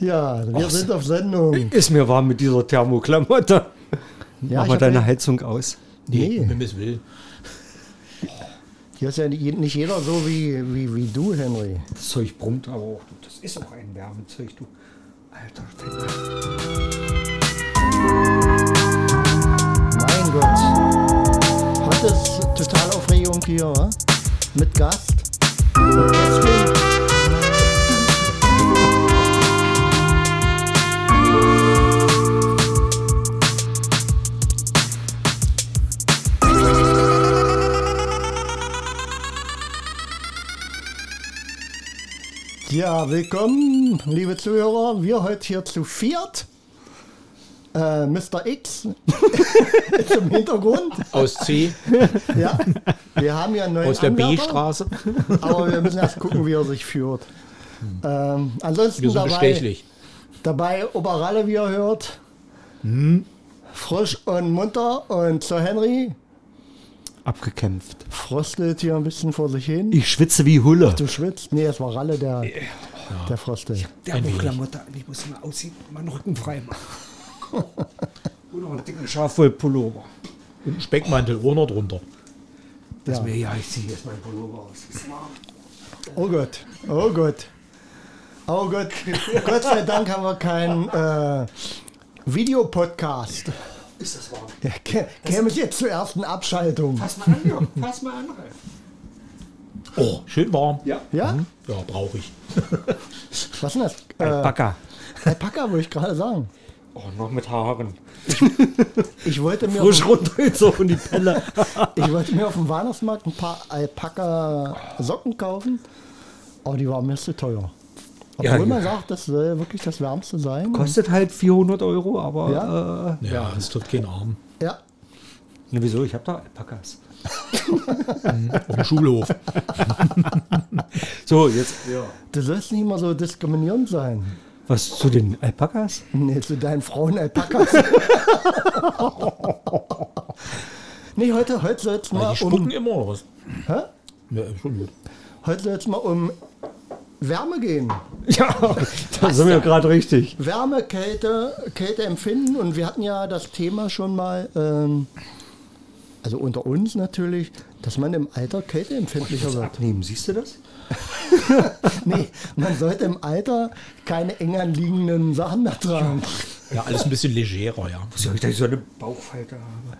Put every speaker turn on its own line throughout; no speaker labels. Ja, wir
Ach,
sind auf Sendung.
Ist mir warm mit dieser Thermoklamotte.
Ja,
Mach
ich
mal
hab
deine
ja-
Heizung aus.
Nee,
Wenn es will.
hier ist ja nie- nicht jeder so wie, wie, wie du, Henry.
Das Zeug brummt aber auch. Du, Das ist auch ein Wärmezeug, du. Alter, Fett.
Mein Gott. Heute ist total Aufregung hier, wa? Mit Gast. Mit Gästin. Ja, willkommen, liebe Zuhörer. Wir heute hier zu viert. Äh, Mr. X ist im Hintergrund.
Aus C,
Ja, wir haben ja einen neuen
aus der
Anwärter,
B-Straße.
Aber wir müssen erst gucken, wie er sich führt. Ähm, ansonsten
Wir sind
dabei,
bestechlich.
dabei Oberralle, wie ihr hört. Hm. Frisch und munter. Und Sir Henry
Abgekämpft.
frostelt hier ein bisschen vor sich hin.
Ich schwitze wie Hulle.
Du schwitzt? Nee, es war Ralle, der, der frostelt.
Der Klamotte an, ich muss mal aussehen, meinen Rücken frei machen. Und noch einen dicken Schafwollpullover.
Und ein Speckmantel, Urner drunter.
Das
Ja.
mir ja, ich ziehe jetzt meinen Pullover aus. Ist warm.
Oh Gott, oh Gott. Oh Gott, Gott sei Dank haben wir keinen äh, Videopodcast.
Ist das warm?
Ja, kä- Käme ich jetzt zur ersten Abschaltung.
Pass mal an, Jörg. Pass mal an, Ralf.
Oh, schön warm.
Ja.
Ja?
Ja, brauche ich.
Was ist denn das? Äh,
Alpaka.
Alpaka, wollte ich gerade sagen.
Oh, noch mit Haaren.
Ich wollte, mir auf,
Frisch runtergezogen, die Pelle.
ich wollte mir auf dem Weihnachtsmarkt ein paar Alpaka-Socken kaufen, aber die waren mir zu teuer. Obwohl
Ja,
man sagt, das soll wirklich das Wärmste sein.
Kostet halt 400 Euro, aber...
Ja.
Ja. Äh,
Ja, es tut keinen Arm.
Ja,
na, wieso? Ich habe da Alpakas.
Auf dem Schulhof.
So, jetzt...
du sollst nicht immer so diskriminierend sein.
Was zu den Alpakas?
Nee, zu deinen Frauen Alpakas. nee, heute, heute soll es
Ja,
mal
die spucken
um.
immer oder was?
Hä?
Ja, Entschuldigung.
Heute soll es mal um Wärme gehen.
Ja, da sind wir gerade richtig.
Wärme, Kälte, Kälte empfinden. Und wir hatten ja das Thema schon mal, ähm, also unter uns natürlich, dass man im Alter kälteempfindlicher wird.
Abnehmen, siehst du das?
Nee, man sollte im Alter keine eng anliegenden Sachen mehr tragen.
Ja, alles ein bisschen legerer, ja.
Soll ich da so eine Bauchfalte haben?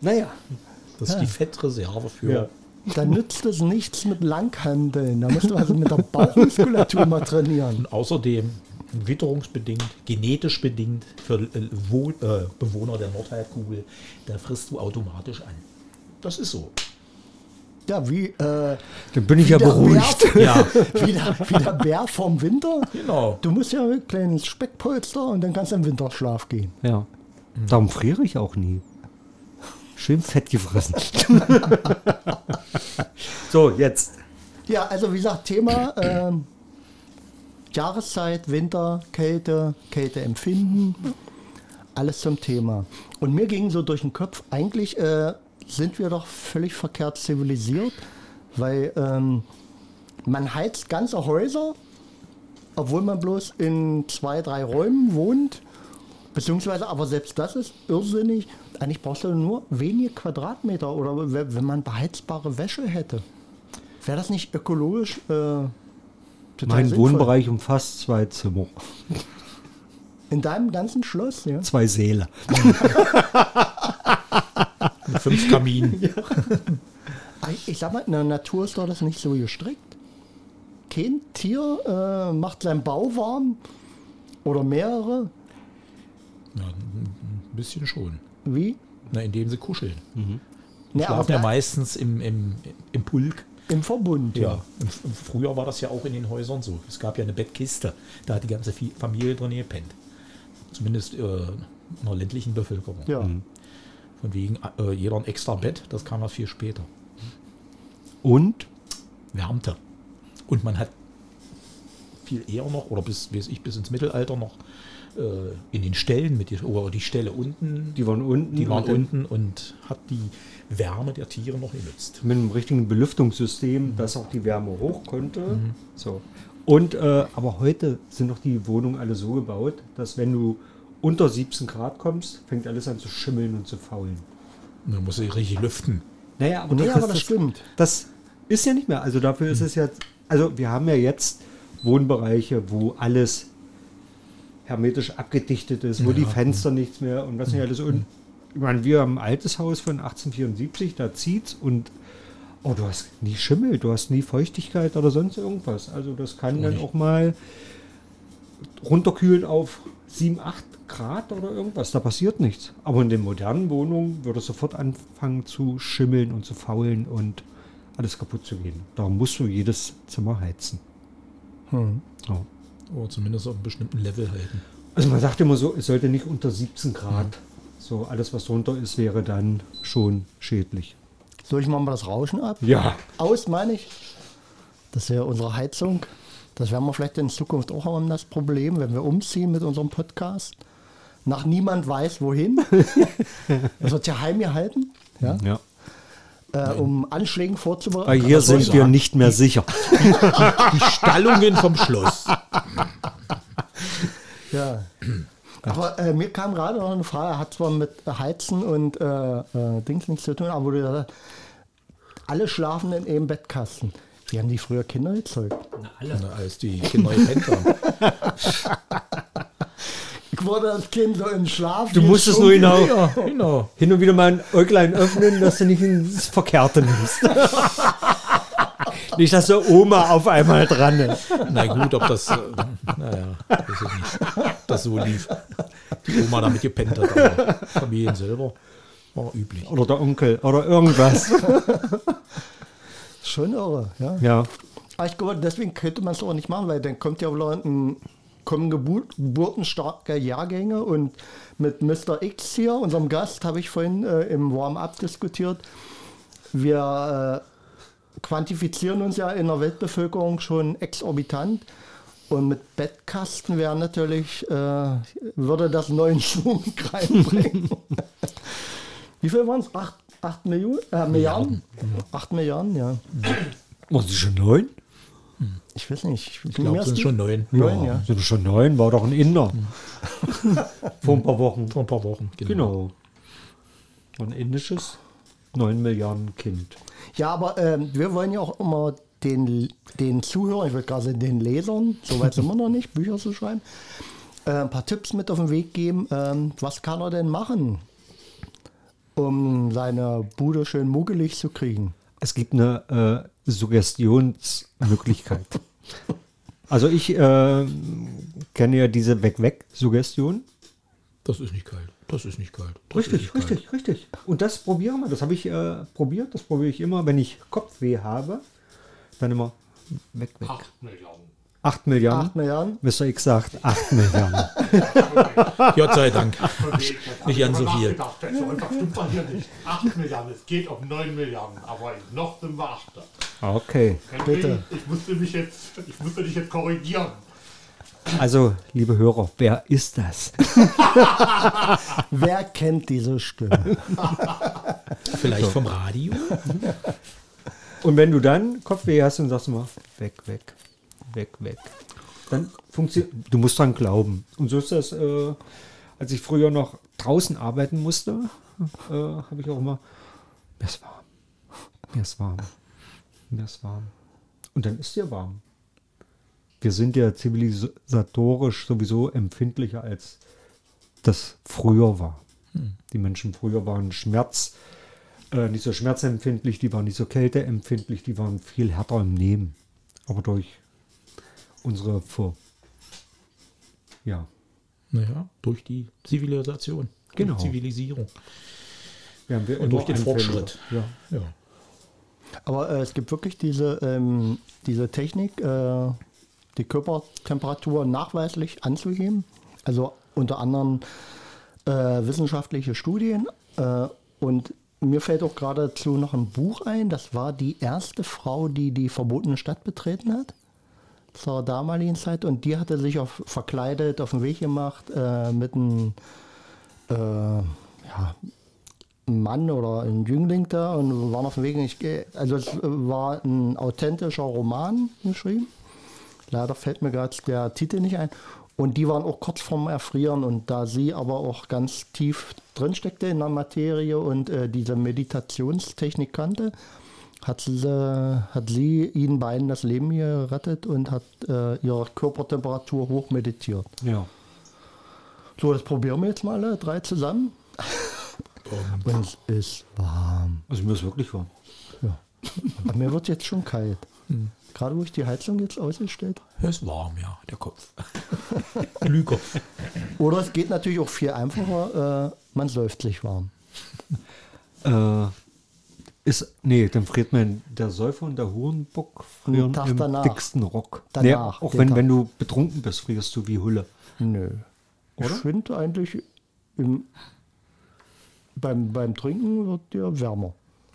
Naja.
Das ist die Fettreserve für.
Ja.
Da nützt es nichts mit Langhandeln. Da musst du also mit der Bauchmuskulatur mal trainieren.
Und außerdem witterungsbedingt, genetisch bedingt für äh, Wohl, äh, Bewohner der Nordhalbkugel, da frisst du automatisch an. Das ist so.
Ja, wie, äh,
Dann bin ich ja
der
beruhigt.
Bär,
Ja,
wie, der, wie der Bär vom Winter.
genau.
Du musst ja ein kleines Speckpolster und dann kannst du im Winterschlaf gehen.
Ja. Hm. Darum friere ich auch nie. Schön fett gefressen. so, jetzt.
Ja, also wie gesagt, Thema ähm, Jahreszeit, Winter, Kälte, Kälte empfinden, alles zum Thema. Und mir ging so durch den Kopf, eigentlich äh, sind wir doch völlig verkehrt zivilisiert, weil ähm, man heizt ganze Häuser, obwohl man bloß in zwei, drei Räumen wohnt. Beziehungsweise, aber selbst das ist irrsinnig. Eigentlich brauchst du nur wenige Quadratmeter oder we- wenn man beheizbare Wäsche hätte. Wäre das nicht ökologisch? Äh, total
Mein
sinnvoll?
Wohnbereich umfasst zwei Zimmer,
In deinem ganzen Schloss, ja?
zwei Säle.
Mit fünf Kaminen.
Ah, Ich sag mal, in der Natur ist doch das nicht so gestrickt. Kein Tier äh, macht seinen Bau warm oder mehrere.
Ja, ein bisschen schon.
Wie?
Na, indem sie kuscheln.
Ne,
Schlafen ja meistens im, im, im Pulk.
im Verbund.
Ja, im, im, früher war das ja auch in den Häusern so. Es gab ja eine Bettkiste, da hat die ganze Fi- Familie drin gepennt. Zumindest äh, in der ländlichen Bevölkerung.
ja.
Mhm.
Von wegen äh, jeder ein extra Bett, das kam ja viel später.
Und
Wärmte. Und man hat viel eher noch, oder bis, weiß ich, bis ins Mittelalter noch, äh, in den Ställen, mit die, oder die Ställe unten, die,
die waren unten.
waren
und dann
unten und hat die Wärme der Tiere noch genutzt.
Mit einem richtigen Belüftungssystem, dass auch die Wärme hoch konnte. So. Und, äh, aber heute sind doch die Wohnungen alle so gebaut, dass wenn du unter 17 Grad kommst, fängt alles an zu schimmeln und zu faulen.
Man muss sich richtig lüften.
Naja, aber,
Nee, aber das stimmt. Hm.
Das ist ja nicht mehr. Also dafür ist es jetzt. Also wir haben ja jetzt Wohnbereiche, wo alles hermetisch abgedichtet ist, wo die Fenster nichts mehr und was nicht
Hm.
alles. Und ich meine, wir haben ein altes Haus von 1874, da zieht's und oh, du hast nie Schimmel, du hast nie Feuchtigkeit oder sonst irgendwas. Also das kann dann auch mal runterkühlen auf 7, 8 Grad oder irgendwas. Da passiert nichts. Aber in den modernen Wohnungen würde es sofort anfangen zu schimmeln und zu faulen und alles kaputt zu gehen. Da musst du jedes Zimmer heizen. Ja.
Oder zumindest auf einem bestimmten Level halten.
Also man sagt immer so, es sollte nicht unter 17 Grad. So alles, was drunter ist, wäre dann schon schädlich.
Soll ich mal mal das Rauschen ab?
Ja.
Aus, meine ich. Das ist ja unsere Heizung. Das werden wir vielleicht in Zukunft auch haben, das Problem, wenn wir umziehen mit unserem Podcast. Nach niemand weiß wohin. das wird ja heim gehalten, ja,
ja.
äh, um Anschlägen vorzubereiten.
Weil Mhm. hier
Was soll ich
sind wir
sagen?
nicht mehr sicher.
Die Stallungen vom Schloss.
Ja. Aber äh, mir kam gerade noch eine Frage, hat zwar mit Heizen und äh, äh, Dings nichts zu tun, aber wo du gesagt hast, alle schlafen in ihrem Bettkasten. Wie haben die früher Kinder gezeugt?
Na, als die Kinder gepennt haben.
Ich wurde als Kind so in den Schlaf.
Du musst es nur
geschoben.
genau
Ja, genau.
hin und wieder mal ein Äuglein öffnen, dass du nicht ins Verkehrte nimmst. nicht, dass der Oma auf einmal dran ist.
Na gut, ob das, äh, naja, weiß ich nicht, ob das so lief. Die Oma damit gepennt hat, aber Familien selber war üblich.
Oder der Onkel oder irgendwas.
Schon irre, ja.
Ja.
Aber ich glaube, deswegen könnte man es auch nicht machen, weil dann kommt ja wohl ein, kommen Geburt, geburtenstarke Jahrgänge und mit Mr. X hier, unserem Gast, habe ich vorhin äh, im Warm-up diskutiert. Wir äh, quantifizieren uns ja in der Weltbevölkerung schon exorbitant. Und mit Bettkasten wäre natürlich, äh, würde das neuen Schwung reinbringen. Wie viel waren es? Acht, acht Millionen? Äh, Milliarden? Acht Milliarden, ja.
Waren sie schon neun?
Ich weiß nicht. Ich
Ich glaube, es sind schon neun.
Neun, ja.
Sind schon neun, war doch ein Inder. Vor ein paar Wochen.
Vor ein paar Wochen, genau.
Genau. Ein indisches, neun Milliarden Kind.
Ja, aber ähm, wir wollen ja auch immer den, den Zuhörern, ich würde gerade sagen, den Lesern, soweit sind wir noch nicht, Bücher zu schreiben, äh, ein paar Tipps mit auf den Weg geben. Ähm, was kann er denn machen, um seine Bude schön muggelig zu kriegen?
Es gibt eine äh, Suggestionsmöglichkeit. also ich äh, kenne ja diese Weg-Weg-Suggestion.
Das ist nicht kalt. Das ist nicht kalt. Das ist
Richtig,
nicht kalt.
richtig, richtig. Und das probieren wir. Das habe ich äh, probiert. Das probiere ich immer, wenn ich Kopfweh habe. Dann immer weg, weg. 8 Milliarden. 8 Milliarden.
Acht
Hm?
Milliarden?
Mr. X sagt 8 Milliarden.
Gott sei Dank.
Nicht
an so viel.
So einfach stimmt man hier nicht. 8 Milliarden, es geht auf 9 Milliarden, aber noch sind wir 8.
Okay.
Bitte.
Ich musste, mich jetzt, ich musste dich jetzt korrigieren.
Also, liebe Hörer, wer ist das?
Wer kennt diese Stimme?
Vielleicht vom Radio?
Und wenn du dann Kopfweh hast und sagst immer weg, weg, weg, weg, dann funktioniert. Du musst dran glauben. Und so ist das. Äh, als ich früher noch draußen arbeiten musste, äh, habe ich auch immer mir ist warm, mir ist warm, mir ist warm. Und dann ist dir warm. Wir sind ja zivilisatorisch sowieso empfindlicher als das früher war. Die Menschen früher waren Schmerz äh, nicht so schmerzempfindlich, die waren nicht so kälteempfindlich, die waren viel härter im Nehmen. Aber durch unsere Ver ja,
Naja, durch die Zivilisation.
Genau.
Durch Zivilisierung.
werden wir
Und durch den
immer anfälliger.
Fortschritt.
Ja.
Ja.
Aber äh, es gibt wirklich diese, ähm, diese Technik, äh, die Körpertemperatur nachweislich anzugeben. Also unter anderem äh, wissenschaftliche Studien. Äh, und mir fällt auch geradezu noch ein Buch ein. Das war die erste Frau, die die verbotene Stadt betreten hat zur damaligen Zeit. Und die hatte sich auf, verkleidet auf den Weg gemacht äh, mit einem äh, ja, ein Mann oder ein Jüngling da und waren auf dem Weg. Ich, geh- also es war ein authentischer Roman geschrieben. Leider fällt mir gerade der Titel nicht ein. Und die waren auch kurz vorm Erfrieren. Und da sie aber auch ganz tief drin steckte in der Materie und äh, diese Meditationstechnik kannte, hat sie, hat sie ihnen beiden das Leben gerettet und hat äh, ihre Körpertemperatur hoch meditiert.
Ja.
So, das probieren wir jetzt mal alle drei zusammen. Und es ist warm.
Also mir ist wirklich warm.
Ja. Aber mir wird jetzt schon kalt. Gerade wo ich die Heizung jetzt ausgestellt habe.
Es ist warm, ja, der Kopf. Glühkopf.
Oder es geht natürlich auch viel einfacher, äh, man säuft sich warm.
Äh, ist, nee, dann friert man der Säufer und der Hurenbock frieren
Einen Tag
im
danach.
dicksten Rock.
Danach,
nee, auch
den
wenn,
Tag.
wenn du betrunken bist, frierst du wie Hülle.
Nö. Ich finde eigentlich, im, beim, beim Trinken wird dir wärmer.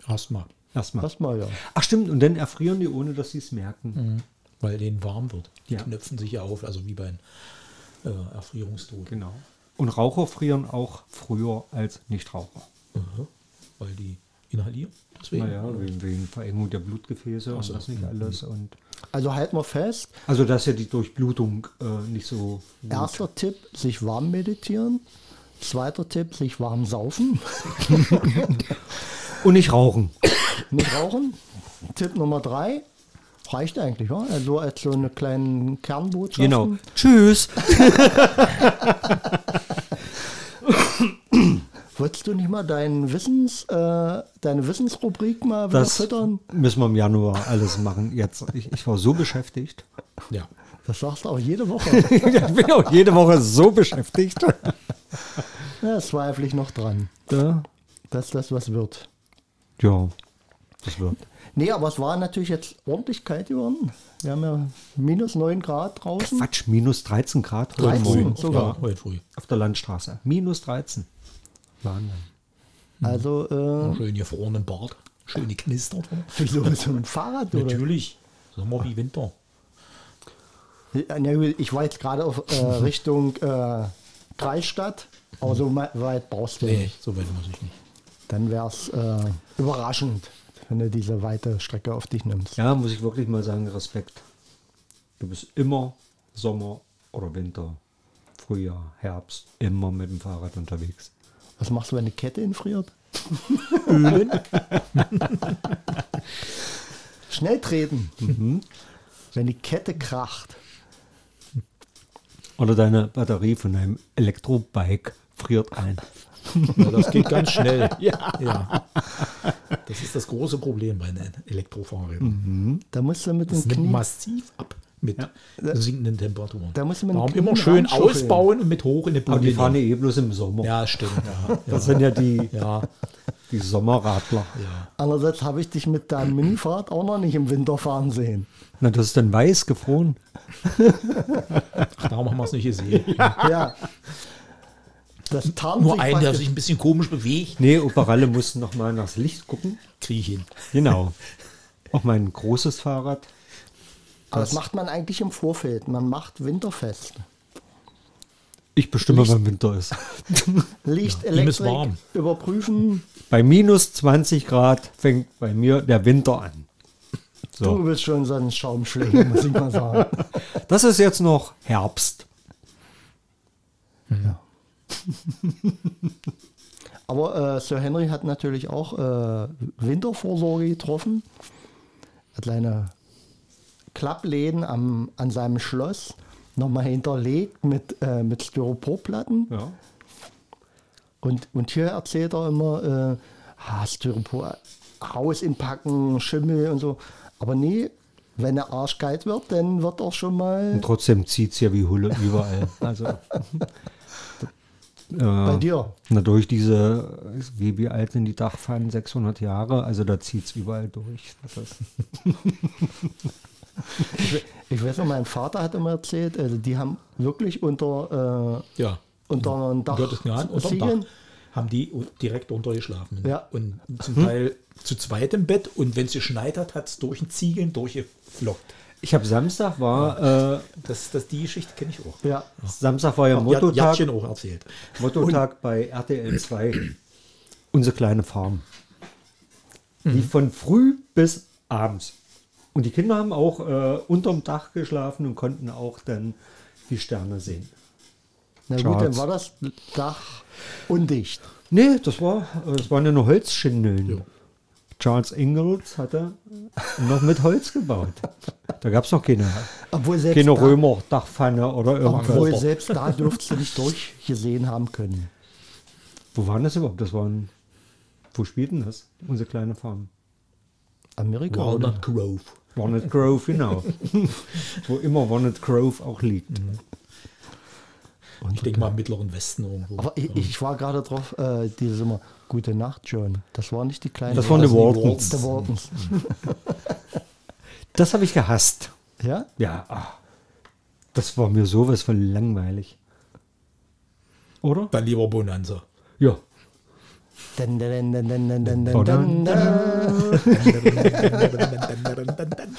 Erstmal,
Erstmal.
Erstmal ja.
Ach stimmt, und dann erfrieren die, ohne dass sie es merken.
weil denen warm wird. Die
Ja.
knöpfen sich ja auf, also wie beim äh, Erfrierungstod.
Genau. Und Raucher frieren auch früher als Nichtraucher.
Mhm. Weil die inhalieren. Deswegen.
Naja, wegen, wegen Verengung der Blutgefäße und das nicht alles. Und
Also halten wir fest,
also dass ja die Durchblutung äh, nicht so gut-
Erster Tipp, sich warm meditieren. Zweiter Tipp, sich warm saufen,
Und nicht rauchen.
nicht rauchen. Tipp Nummer drei, reicht eigentlich, ja? Also als so eine kleine Kernbotschaft.
Genau. Tschüss.
Wolltest du nicht mal dein Wissens, äh, deine Wissensrubrik mal wieder
Das
füttern?
müssen wir im Januar alles machen. Jetzt, ich, ich war so beschäftigt.
Ja.
Das sagst du auch jede Woche.
ich bin auch jede Woche so beschäftigt.
da zweifle ich noch dran,
Ja,
dass das was wird.
Ja, das wird.
Nee, aber es war natürlich jetzt ordentlich kalt geworden. Wir haben ja minus 9 Grad draußen.
Quatsch, minus 13 Grad. heute
13
Morgen.
sogar.
Ja, heute früh.
Auf der Landstraße. Minus 13. Wahnsinn.
Also, äh,
Schön gefrorenen Bart. Schön geknistert.
wieso mit so einem Fahrrad oder
Natürlich. Ah. Sommer wie Winter.
Ja, na gut, Ich war jetzt gerade auf äh, Richtung äh, Kreisstadt, aber so ma- weit brauchst du
Mhm. Nee,
nicht.
so weit muss ich nicht.
Dann wäre es äh, überraschend, wenn du diese weite Strecke auf dich nimmst.
Ja, muss ich wirklich mal sagen, Respekt. Du bist immer Sommer oder Winter, Frühjahr, Herbst, immer mit dem Fahrrad unterwegs.
Was machst du, wenn eine Kette infriert? Schnell treten,
Mhm.
wenn die Kette kracht.
Oder deine Batterie von deinem Elektrobike friert ein.
Ja, das geht ganz schnell. ja. Das ist das große Problem bei den Elektrofahrrädern.
Da musst du mit
Das
dem
nimmt
Knie.
massiv ab mit sinkenden Temperaturen.
Da muss man
Darum
den
immer
Knien
schön
anschaufeln.
ausbauen und mit hoch in die
Aber die
Bude.
fahren
nehmen.
ja eh bloß im Sommer.
Ja, stimmt. Ja,
Das
ja,
sind ja die,
ja,
die Sommerradler.
ja.
Andererseits habe ich dich mit deinem Minifahrt auch noch nicht im Winter fahren sehen.
Na, das ist dann weiß gefroren.
Ach, darum haben wir es nicht gesehen.
Ja. Das tarnt
Nur
sich
einen, der
praktisch.
sich ein bisschen komisch bewegt,
Nee, Operalle mussten noch mal nachs Licht gucken.
kriege ich hin.
Genau. Auch mein großes Fahrrad.
Aber das macht man eigentlich im Vorfeld. Man macht Winterfest.
Ich bestimme, wann Winter ist.
Licht,
ihm ist
Elektrik
warm.
überprüfen.
Bei minus 20 Grad fängt bei mir der Winter an. So.
Du bist schon so ein Schaumschläger, muss ich mal sagen.
Das ist jetzt noch Herbst.
Aber äh, Sir Henry hat natürlich auch äh, Wintervorsorge getroffen. Hat kleine Klappläden am, an seinem Schloss nochmal hinterlegt mit, äh, mit Styroporplatten.
Ja.
Und, und hier erzählt er immer, äh, ah, Styropor rausinpacken, Schimmel und so. Aber nee, wenn der Arsch kalt wird, dann wird auch schon mal
Und trotzdem zieht es ja wie Hulle überall. Also.
bei
Äh,
dir.
na, durch diese, wie, wie alt sind die Dachpfannen? 600 Jahre? Also, da zieht es überall durch. Das ist,
Ich weiß noch, mein Vater hat immer erzählt, also die haben wirklich unter, äh,
Ja.
unter einem Dach,
Gottes Gnaden, unterm
Ziegeln.
Dach haben die direkt runtergeschlafen.
Ja. Mhm.
Und zum Teil zu zweit im Bett und wenn es geschneit hat, hat es durch den Ziegeln durchgeflockt.
ich habe Samstag war, äh,
Das, das, die Geschichte kenne ich auch.
Ja,
Samstag war ja
Jat-
Mottotag.
Jatschen auch erzählt.
Mottotag bei RTL 2.
Mhm.
Unsere kleine Farm. Die von früh bis abends. Und die Kinder haben auch äh, unterm Dach geschlafen und konnten auch dann die Sterne sehen.
Na gut,
Charts.
dann war das Dach undicht.
Nee, das war, äh, das waren ja nur Holzschindeln. Charles Ingalls hatte noch mit Holz gebaut. Da gab es noch keine,
Obwohl selbst,
keine
da,
Römer, Dachpfanne oder
obwohl
irgendwas.
selbst da dürftest du nicht durchgesehen haben können.
Wo waren das überhaupt? Das waren, wo spielten das? Unsere kleine Farm.
Amerika, oder?
Walnut Grove.
Walnut Grove, genau. wo immer Walnut Grove auch liegt.
Mhm.
Ich denke mal im Mittleren Westen irgendwo.
Aber ich, ich war gerade drauf, äh, diese immer, gute Nacht, John. Das war nicht die kleine.
Das waren die Waltons.
die Waltons.
Das habe ich gehasst.
Ja?
Ja, ach, das war mir sowas von langweilig. Oder?
Dann lieber Bonanza.
Ja.
Dun, dun, dun, dun, dun, dun, dun, dun,
Badam.
dun.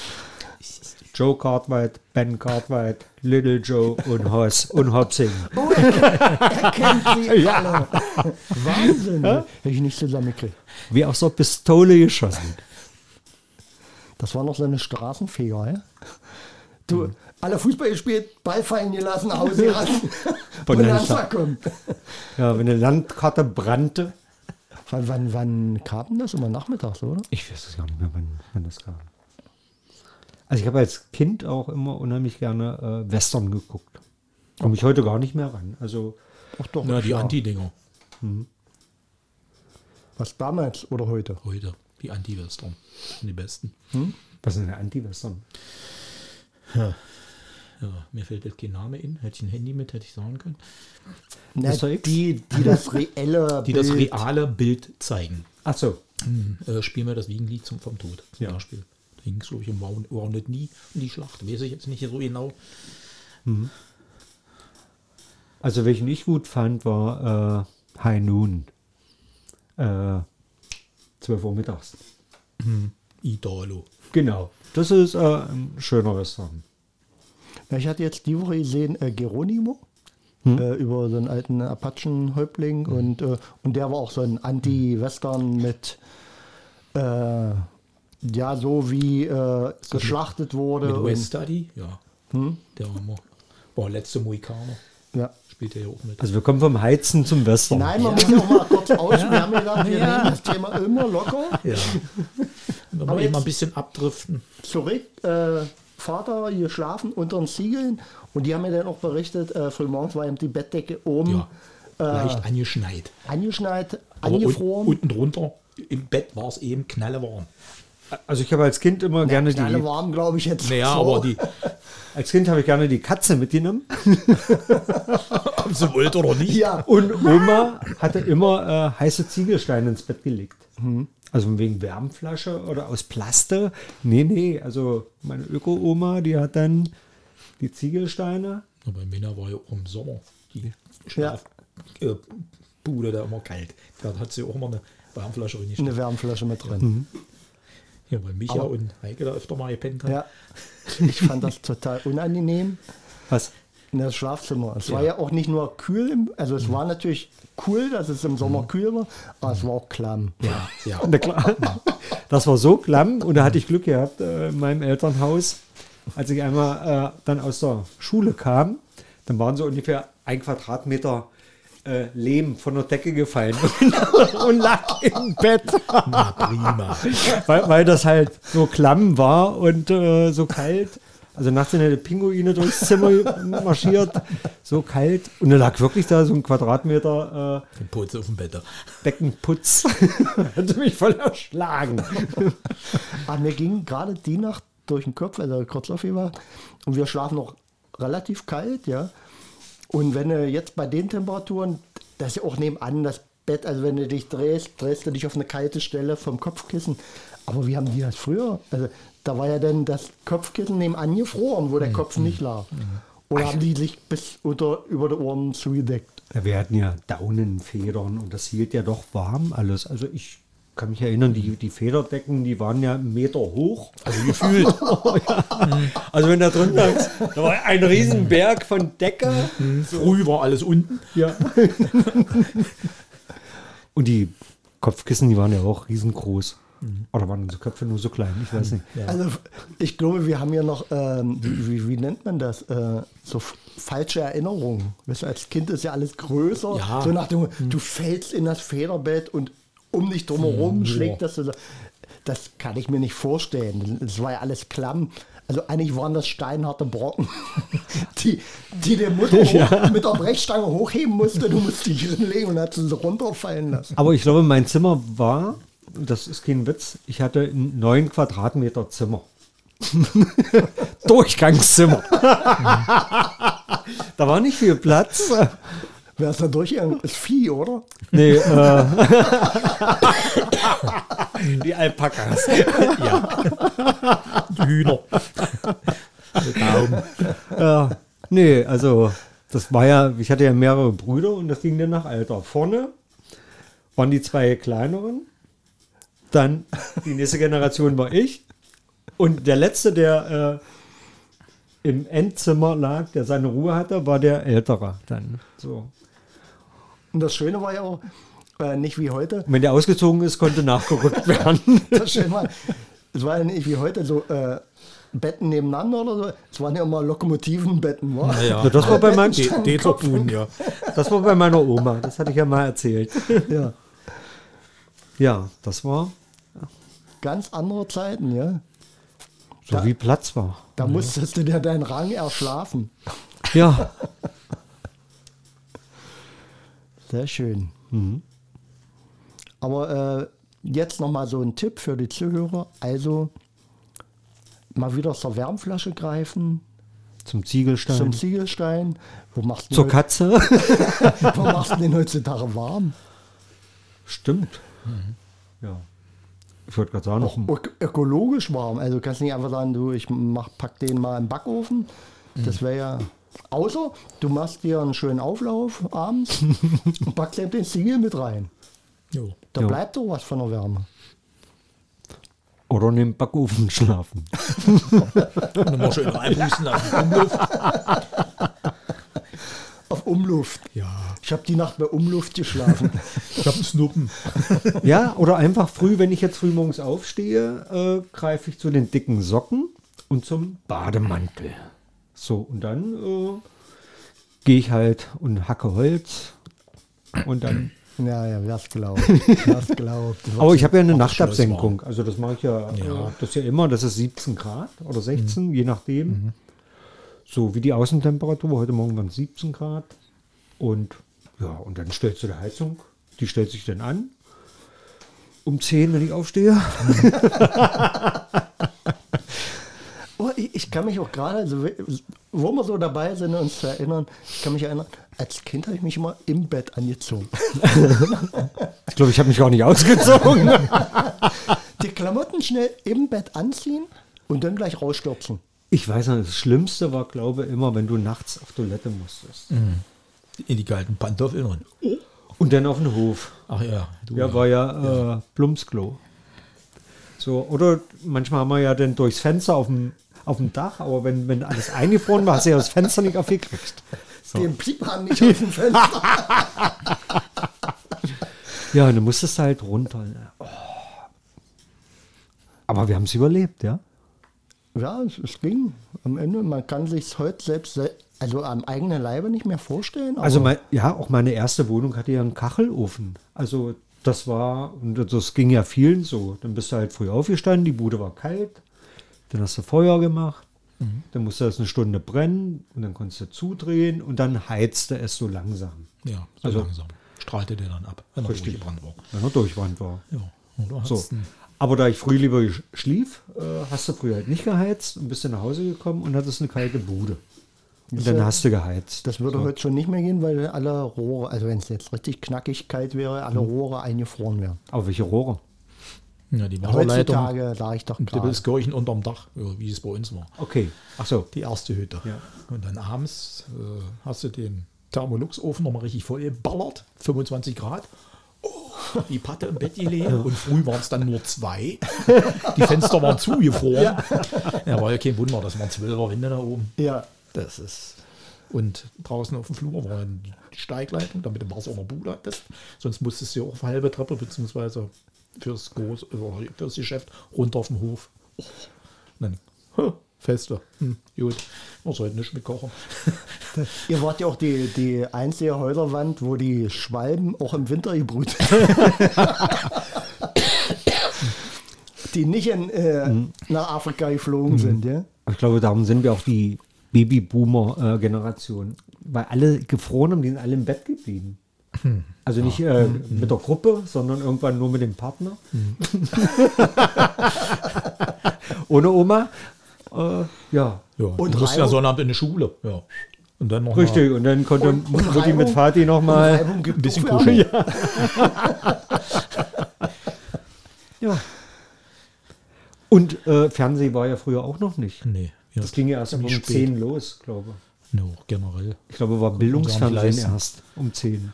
Joe Cartwright, Ben Cartwright, Little Joe und Hoss und Hobsing.
Oh, er, er kennt sie alle. Wahnsinn. Hätte ich nicht zusammengekriegt.
Wie aus der Pistole geschossen.
Das war noch so eine Straßenfeger, ja? Du,
Mhm.
alle Fußball gespielt, Ball fallen gelassen, nach Hause ran. Bonanza kommt.
Ja, wenn eine Landkarte brannte.
Wann, wann, wann kam denn das? Immer nachmittags, oder?
Ich weiß es gar nicht mehr, wann, wann das kam. Also ich habe als Kind auch immer unheimlich gerne äh, Western geguckt. Komme ich heute gar nicht mehr ran. Also
Ach doch.
Na, die
ja.
Anti-Dinger
Was damals oder heute?
heute. Die Anti-Western. sind Die besten.
was ist denn der Anti-Western?
Ja, mir fällt jetzt kein Name in. Hätte ich ein Handy mit, hätte ich sagen können.
Na,
Mr. X?
die, die das reelle
Die das
Bild-
reale Bild zeigen.
Ach so.
Hm, äh, spielen wir das Wiegenlied zum, vom Tod zum
Ja.
Beispiel. Da ging es, glaube ich, um Round- Rounded Nie und die Schlacht. Weiß ich jetzt nicht so genau.
Also welchen ich gut fand, war äh, High Noon. Äh, 12 Uhr mittags.
Idolo.
Genau. Das ist äh, ein schöner Western.
Na, Ich hatte jetzt die Woche gesehen, äh, Geronimo.
Hm?
Äh, über so einen alten Apachen-Häuptling und, äh, und der war auch so ein Anti-Western mit, äh, ja, so wie äh, geschlachtet wurde.
Mit
und-
West Study, ja. Der war, mal, war letzte Mohikaner.
Ja.
Spielt er ja auch mit.
Also wir kommen vom Heizen zum Western.
Nein, man muss ja auch mal kurz aus. Wir haben gesagt, wir nehmen das Thema immer locker.
ja. Wenn
Aber
wir eben
jetzt-
mal ein bisschen abdriften.
Zurück, äh, Vater hier schlafen unter den Ziegeln und die haben mir dann auch berichtet, äh, frühmorgens war eben die Bettdecke oben äh,
Ja.
Ah.
Leicht angeschneit.
angeschneit,
Aber un-
angefroren.
unten drunter im Bett war es eben knallewarm.
Also ich habe als Kind immer gerne die
Alle warm, glaube ich, jetzt.
Naja,
so.
aber die,
Als Kind habe ich gerne die Katze mitgenommen.
ob sie wollt oder nicht,
Ja,
Und Oma hatte immer äh, heiße Ziegelsteine ins Bett gelegt. Also wegen Wärmflasche oder aus Plaste. Nee, nee. Also meine Öko-Oma, die hat dann die Ziegelsteine.
Aber in Mena war ja auch im Sommer die Schlafbude da immer kalt. Da hat sie auch immer eine Warmflasche und
eine Wärmflasche mit drin.
Mhm. Ja, weil Micha
Aber-
und Heike da öfter mal gepennt haben.
Ja. Ich fand das total unangenehm.
Was?
In das Schlafzimmer. Es war ja auch nicht nur kühl, im- also
Mhm.
es war natürlich cool, dass es im Sommer kühl war, aber es war auch klamm.
Ja, ja.
Na klar. Das war so klamm und da hatte ich Glück gehabt äh, in meinem Elternhaus. Als ich einmal äh, dann aus der Schule kam, dann waren so ungefähr ein Quadratmeter äh, Lehm von der Decke gefallen und lag im Bett.
Na prima.
weil, weil das halt so klamm war und äh, so kalt. Also nachts sind halt Pinguine durchs Zimmer marschiert, so kalt. Und da lag wirklich da so ein Quadratmeter äh,
Den Putz auf dem Bett. da.
Beckenputz. Hätte mich voll erschlagen.
Aber Ah, mir ging gerade die Nacht durch den Kopf, also kurz auf war, und wir schlafen noch relativ kalt, ja. Und wenn du jetzt bei den Temperaturen, das ist ja auch nebenan das Bett, also wenn du dich drehst, drehst du dich auf eine kalte Stelle vom Kopfkissen. Aber wie haben die das früher? Also da war ja dann das Kopfkissen nebenan gefroren, wo der Kopf nicht lag. Oder haben die sich bis unter, über die Ohren zugedeckt?
Ja, wir hatten ja Daunenfedern und das hielt ja doch warm alles. Also ich kann mich erinnern, die, die Federdecken, die waren ja einen Meter hoch. Also gefühlt. Also wenn da drin lag, da war ein Riesenberg von Decke.
Früh war alles unten.
Ja. Und die Kopfkissen, die waren ja auch riesengroß. Oder waren unsere Köpfe nur so klein? Ich weiß nicht.
Ja.
Also ich glaube, wir haben ja noch, ähm, wie, wie, wie nennt man das, äh, so f- falsche Erinnerungen. Weißt du, als Kind ist ja alles größer.
Ja. Mhm.
So nach dem, du fällst in das Federbett und um dich drumherum
Mhm.
schlägt das. so- Das kann ich mir nicht vorstellen. Es war ja alles klamm. Also eigentlich waren das steinharte Brocken, die, die der Mutter hoch, mit der Brechstange hochheben musste. Du musst dich hinlegen und hat sie so runterfallen lassen.
Aber ich glaube, mein Zimmer war, das ist kein Witz, ich hatte ein 9 Quadratmeter Zimmer. Durchgangszimmer. da war nicht viel Platz.
Wer ist da durchgegangen? Ist Vieh, oder?
Nee, äh. Die Alpakas.
Die Hühner. Mit Daumen.
Ja, nee, also das war ja, ich hatte ja mehrere Brüder und das ging dann nach Alter. Vorne waren die zwei kleineren, dann die nächste Generation war ich und der letzte, der äh, im Endzimmer lag, der seine Ruhe hatte, war der Ältere dann. So.
Und das Schöne war ja auch, äh, nicht wie heute,
Und wenn der ausgezogen ist, konnte nachgerückt werden.
Das schön war. Es war ja nicht wie heute so äh, Betten nebeneinander oder so. Es waren ja immer Lokomotivenbetten. Wa?
Na, das war bei meinem,
De- Dezerpun, ja.
das war bei meiner Oma, das hatte ich ja mal erzählt.
Ja.
Ja, das war
Ganz andere Zeiten, ja.
so
Ja.
wie Platz war.
Da musstest du dir deinen Rang erschlafen.
Ja.
Sehr schön. Mhm. Aber äh, jetzt nochmal so ein Tipp für die Zuhörer. Also mal wieder zur Wärmflasche greifen,
Zum Ziegelstein.
zum Ziegelstein. Wo machst du
Zur
denn
Katze.
heu- wo machst du denn heutzutage warm?
Stimmt. Ja. Ich wollte gerade sagen, noch ein,
Ök- ökologisch warm. Also du kannst nicht einfach sagen, du, ich mach, pack den mal im Backofen.
Mhm.
Das wäre ja. Außer du machst dir einen schönen Auflauf abends und packst eben den Siegel mit rein.
Jo.
Da
Ja.
bleibt doch was von der Wärme.
oder in dem Backofen schlafen.
Und dann mal schön reinpusten lassen. Umluft.
Auf Umluft.
Ja.
Ich habe die Nacht bei Umluft geschlafen.
Ich hab einen Snuppen.
ja, oder einfach früh, wenn ich jetzt früh morgens aufstehe, äh, greife ich zu den dicken Socken und zum Bademantel. So, und dann äh, gehe ich halt und hacke Holz. Und dann.
ja, ja, wer's glaubt. Wer's glaubt.
Aber ich habe ja eine
Ach, schön, das war-
Nachtabsenkung. Also das mache ich ja,
Ja.
äh, das ist ja immer, das ist 17 Grad oder 16, je nachdem. So wie die Außentemperatur, heute Morgen waren es 17 Grad. Und ja, und dann stellst du die Heizung, die stellt sich dann an. Um 10, wenn ich aufstehe.
Oh, ich, ich kann mich auch gerade, also, wo wir so dabei sind, uns zu erinnern, ich kann mich erinnern, als Kind habe ich mich immer im Bett angezogen.
Ich glaube, ich habe mich gar nicht ausgezogen.
Die Klamotten schnell im Bett anziehen und dann gleich rausstürzen.
ich weiß noch, das Schlimmste war, glaube ich, immer, wenn du nachts auf Toilette musstest.
In die kalten Pantoffeln und.
Und dann auf den Hof.
Ach ja. Du,
Ja, war ja äh, Plumpsklo. So, oder manchmal haben wir ja dann durchs Fenster auf dem, auf dem Dach, aber wenn, wenn alles eingefroren war, hast du ja das Fenster nicht aufgekriegt.
Den Piephahn nicht auf dem Fenster.
Ja, und dann musstest du halt runter. ne? Oh. Aber wir haben es überlebt, ja?
Ja, es, es ging. Am Ende, man kann sich heute selbst, se- also am eigenen Leibe nicht mehr vorstellen. aber
Also, mein, ja, auch meine erste Wohnung hatte ja einen Kachelofen. Also, das war, und das ging ja vielen so. Dann bist du halt früh aufgestanden, die Bude war kalt, dann hast du Feuer gemacht,
Mhm.
dann musste das eine Stunde brennen und dann konntest du zudrehen und dann heizte es so langsam,
Ja, so
Also-
langsam. Strahlte der dann ab, wenn er
Richtig.
durchgebrannt war.
wenn er durchwand war.
Ja. Und du hast
So.
einen-
Aber da ich früh lieber gesch- schlief, äh, hast du früh halt nicht geheizt und bist dann nach Hause gekommen und hattest eine kalte Bude. Und dann
ja-
hast du geheizt.
das würde heute schon nicht mehr gehen, weil alle Rohre, also wenn es jetzt richtig knackig kalt wäre, alle Rohre eingefroren wären.
Aber welche Rohre?
Ja, die Wasserleitung.
Heutzutage sage ich doch gerade.
Das Kirchen unterm Dach, ja, wie es bei uns war.
Okay, ach so.
Die erste Hütte.
Ja.
Und dann abends äh, hast du den Thermolux-Ofen nochmal richtig voll geballert, 25 Grad. Oh, die Patte im Bett gelegen und früh waren es dann nur zwei. Die Fenster waren zugefroren. Ja. war ja kein Wunder, das waren zwölfer Wände da oben.
Ja,
Das ist. Und draußen auf dem Flur war dann die Steigleitung, damit du warst auch noch Bude hattest. Sonst musstest du ja auch auf halbe Treppe, beziehungsweise fürs, Groß, oder fürs Geschäft runter auf den Hof. Oh, nein. Hm, Feste. Hm, gut. Muss heute nicht mitkochen.
Ihr wart ja auch die, die einzige Häuserwand, wo die Schwalben auch im Winter gebrütet Die nicht in, äh, nach Afrika
Mhm.
geflogen sind, ja?
Also Ich glaube, darum sind wir auch die Babyboomer-Generation. Weil alle gefroren haben, die sind alle im Bett geblieben. Also nicht äh, mit der Gruppe, sondern irgendwann nur mit dem Partner. Ohne Oma. Äh, ja,
Ja,
Und
du musst ja
Reibung?
Sonnabend in die Schule. Ja. Und dann noch
richtig. Und dann konnte
Und- und
Mutti mit
Reibung?
Vati
Und
nochmal.
Reibung
Mal ein
gibt
bisschen
auch Wärme.
kuscheln.
Ja. Und äh, Fernsehen war ja früher auch noch nicht.
Nee, ja,
Das ging ja erst um
Mhm. ziemlich spät.
10 los, glaube ich.
No, generell.
Ich glaube, war
gar nicht
Bildungsfernsehen
leisten.
erst um 10.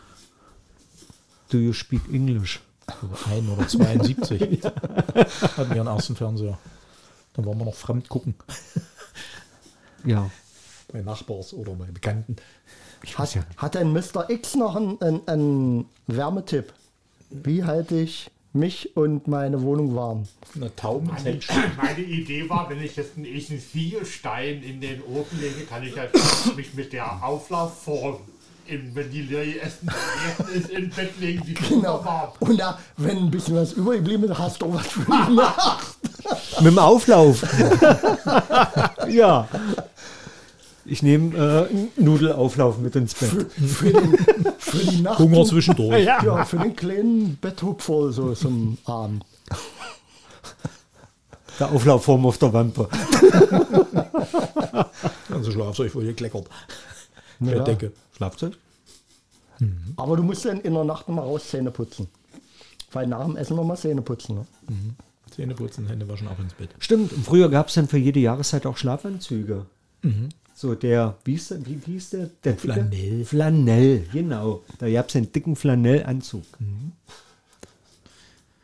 Do you speak English?
So Ein oder 72 hatten wir einen ersten Fernseher. Dann waren wir noch fremd gucken.
Ja.
Bei Nachbars oder bei Bekannten.
Hat, hat ein Mr. X noch einen, einen, einen Wärmetipp? Wie halte ich mich und meine Wohnung warm?
Eine Tauben.
Meine Idee war, wenn ich jetzt einen echten Ziegelstein in den Ofen lege, kann ich halt mich mit der Auflaufform, in, wenn die Lilie essen, essen ist, im Bett legen, die
Genau.
wunderbar.
Und da, wenn ein bisschen was übergeblieben ist, hast du was für die Nacht.
Mit dem Auflauf. ja. Ich nehme äh, einen Nudelauflauf mit ins Bett.
Für, den, für die Nacht.
Hunger zwischendurch.
Ja, für den kleinen Betthupfer so zum Abend.
Der Auflaufform auf der Wampe.
Also Schlafzeug wurde gekleckert.
Na
Mit der
ja.
Decke.
Schlafzeug?
Aber du musst dann in der Nacht nochmal raus Zähne putzen. Weil nach dem Essen nochmal Zähne putzen. Ne?
Zähne putzen, Hände waschen, ab ins Bett.
Stimmt. Und früher gab es dann für jede Jahreszeit auch Schlafanzüge. So der, wie hieß der? Wie hieß der? der dicke-
Flanell.
Flanell, genau. Da gab es den dicken Flanellanzug.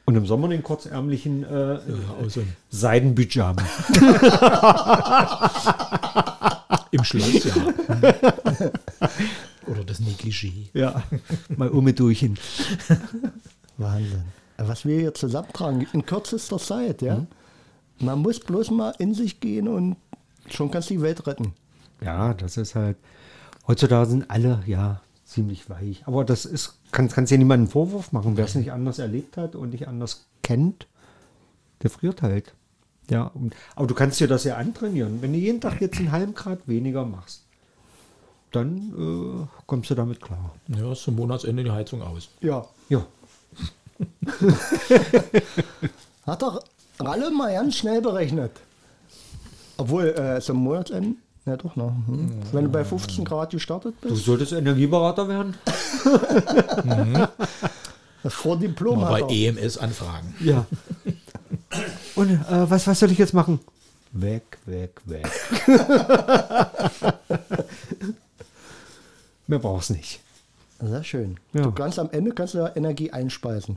Und im Sommer den kurzärmlichen äh,
Ja, also, außer im-
Seidenpyjama.
im Schloss, ja. oder das Negligé.
ja, mal um mit durch hin.
Wahnsinn. Was wir hier zusammentragen, in kürzester Zeit, ja. Man muss bloß mal in sich gehen und schon kannst du die Welt retten.
Ja, das ist halt. Heutzutage sind alle ja ziemlich weich. Aber das ist, kann, kannst ja niemanden einen Vorwurf machen. Wer es nicht anders erlebt hat und nicht anders kennt, der friert halt. Ja, und, aber du kannst dir das ja antrainieren. Wenn du jeden Tag jetzt einen halben Grad weniger machst, dann äh, kommst du damit klar.
Ja, ist zum Monatsende die Heizung aus.
Ja.
Ja.
Hat doch Ralle mal ganz schnell berechnet. Obwohl, äh, zum Monatsende, ja doch noch. Hm. Wenn du bei 15 Grad gestartet
Du
bist,
solltest Energieberater werden?
vor Diplom
Mal
hat
bei
er.
EMS anfragen.
Ja. Und äh, was, was soll ich jetzt machen? Weg, weg, weg. Mehr brauchst nicht.
Sehr schön.
Ja.
Du kannst am Ende kannst du ja Energie einspeisen.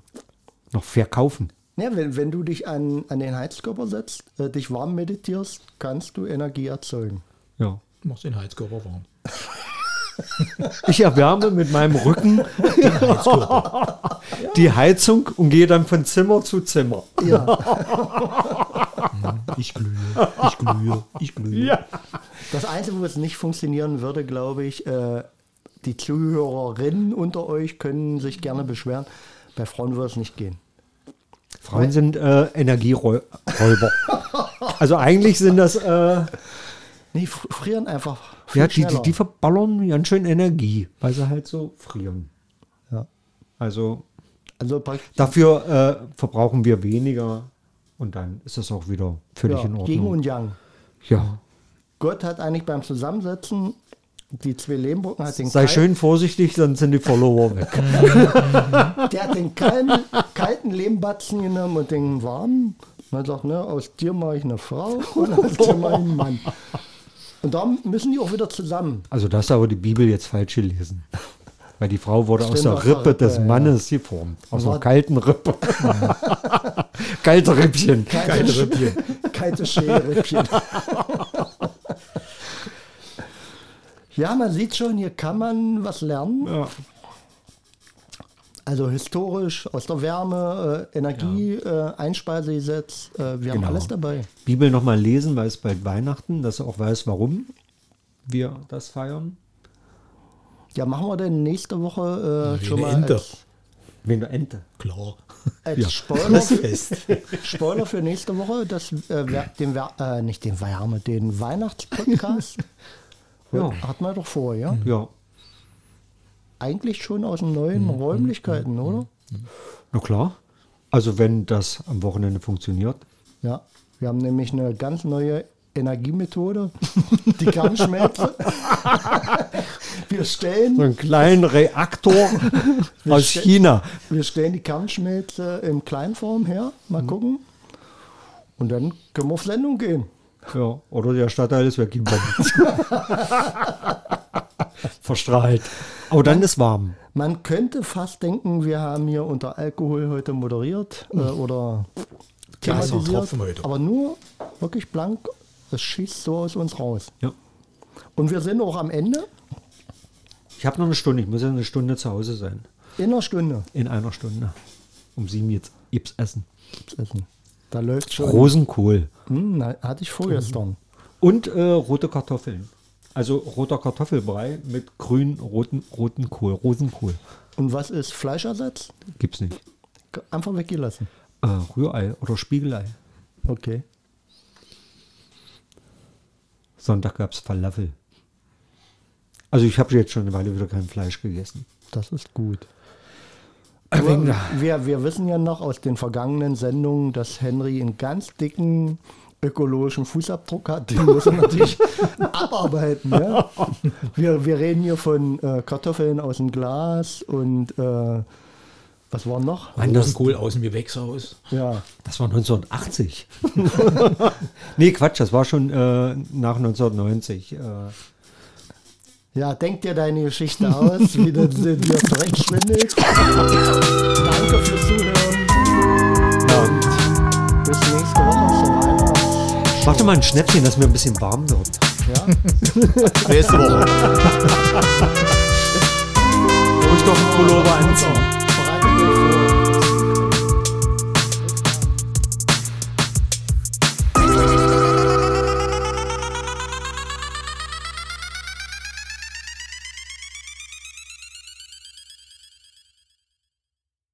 Noch verkaufen.
Ja, wenn, wenn du dich an, an den Heizkörper setzt, äh, dich warm meditierst, kannst du Energie erzeugen.
Ja.
Machst den Heizkörper warm.
Ich erwärme mit meinem Rücken die Heizung und gehe dann von Zimmer zu Zimmer.
Ja,
Ich glühe, ich glühe, ich glühe.
das Einzige, wo es nicht funktionieren würde, glaube ich, äh, die Zuhörerinnen unter euch können sich gerne beschweren. Bei Frauen würde es nicht gehen.
Frauen sind äh, Energieräuber. Also eigentlich sind das, äh,
Nee, fr- frieren einfach. viel
ja, die, die,
schneller.
die verballern ganz schön Energie, weil sie halt so frieren.
Ja.
Also
also praktisch
Dafür äh, verbrauchen wir weniger und dann ist das auch wieder völlig
ja,
in
Yin
Ordnung.
und Yang.
Ja.
Gott hat eigentlich beim Zusammensetzen die zwei Lehmbrücken hat den
Sei
Kai-
schön vorsichtig, dann sind die Follower weg.
Der hat den kalten, kalten Lehmbatzen genommen und den warmen. Man sagt, ne, aus dir mache ich eine Frau und aus dir mache ich einen Mann. Und da müssen die auch wieder zusammen.
Also das ist aber die Bibel jetzt falsch gelesen. Weil die Frau wurde aus
Stimmt,
der Rippe des
ja, ja.
Mannes geformt. Aus
War-
einer kalten Rippe. Kalte Rippchen.
Kalte Rippchen. Kalte Schälrippchen. Ja, man sieht schon, hier kann man was lernen.
Ja.
Also historisch, aus der Wärme, äh, Energie, äh, Einspeisegesetz, äh, wir haben
Genau.
alles dabei.
Bibel nochmal lesen, weil es bald Weihnachten, dass er auch weiß, warum wir das feiern.
Ja, machen wir denn nächste Woche äh, schon mal
Ente.
als,
Wenn du Ente.
Klar.
als
Ja.
Spoiler,
Das Fest.
Spoiler für nächste Woche, dass äh, wer- den, Wer- äh, nicht den Wärme, den Weihnachtspodcast
Ja.
hat man doch vor, ja?
Ja.
Eigentlich schon aus den
Mhm.
neuen Räumlichkeiten, oder?
Na klar. Also wenn das am Wochenende funktioniert.
Ja, wir haben nämlich eine ganz neue Energiemethode, die Kernschmelze. wir,
So
stellen,
einen kleinen Reaktor aus China.
wir stellen die Kernschmelze in Kleinform her, mal
Mhm.
gucken. Und dann können wir auf Sendung gehen.
Ja. Oder der Stadtteil ist weggepumpt. Verstrahlt. Aber dann ist warm.
Man könnte fast denken, wir haben hier unter Alkohol heute moderiert äh,
Hm.
oder
Da ist noch ein
thematisiert,
Tropfen heute.
aber nur wirklich blank. Es schießt so aus uns raus.
Ja.
Und wir sind auch am Ende
Ich habe noch eine Stunde. Ich muss ja eine Stunde zu Hause sein.
in einer Stunde.
In einer Stunde. Um sieben jetzt Ips essen.
Da läuft schon.
Rosenkohl.
Hm, na, hatte ich vorgestern.
Hm.
Und äh, rote Kartoffeln. Also roter Kartoffelbrei mit grün roten, roten Kohl. Rosenkohl.
Und was ist Fleischersatz?
Gibt's nicht.
G- Einfach weggelassen.
Äh, Rührei oder Spiegelei.
Okay.
Sonntag gab's Falafel. Also ich habe jetzt schon eine Weile wieder kein Fleisch gegessen.
Das ist gut.
Aber
Aber wir, wir wissen ja noch aus den vergangenen Sendungen, dass Henry einen ganz dicken ökologischen Fußabdruck hat. Den muss er natürlich abarbeiten. Ja? Wir, wir reden hier von äh, Kartoffeln aus dem Glas und äh, was war noch?
Mann, das,
Rosenkohl aus dem Gewächshaus.
Ja,
das war 1980. nee, Quatsch, das war schon äh, nach 1990. Äh,
ja denk dir deine Geschichte aus, wie du dir direkt schwindelt. Danke fürs Zuhören.
ja.
Bis nächste Woche zur Weihnachts.
Mach doch mal ein Schnäppchen, dass mir ein bisschen warm wird.
Nächste Woche.
Muss ich doch einen Pullover anziehen.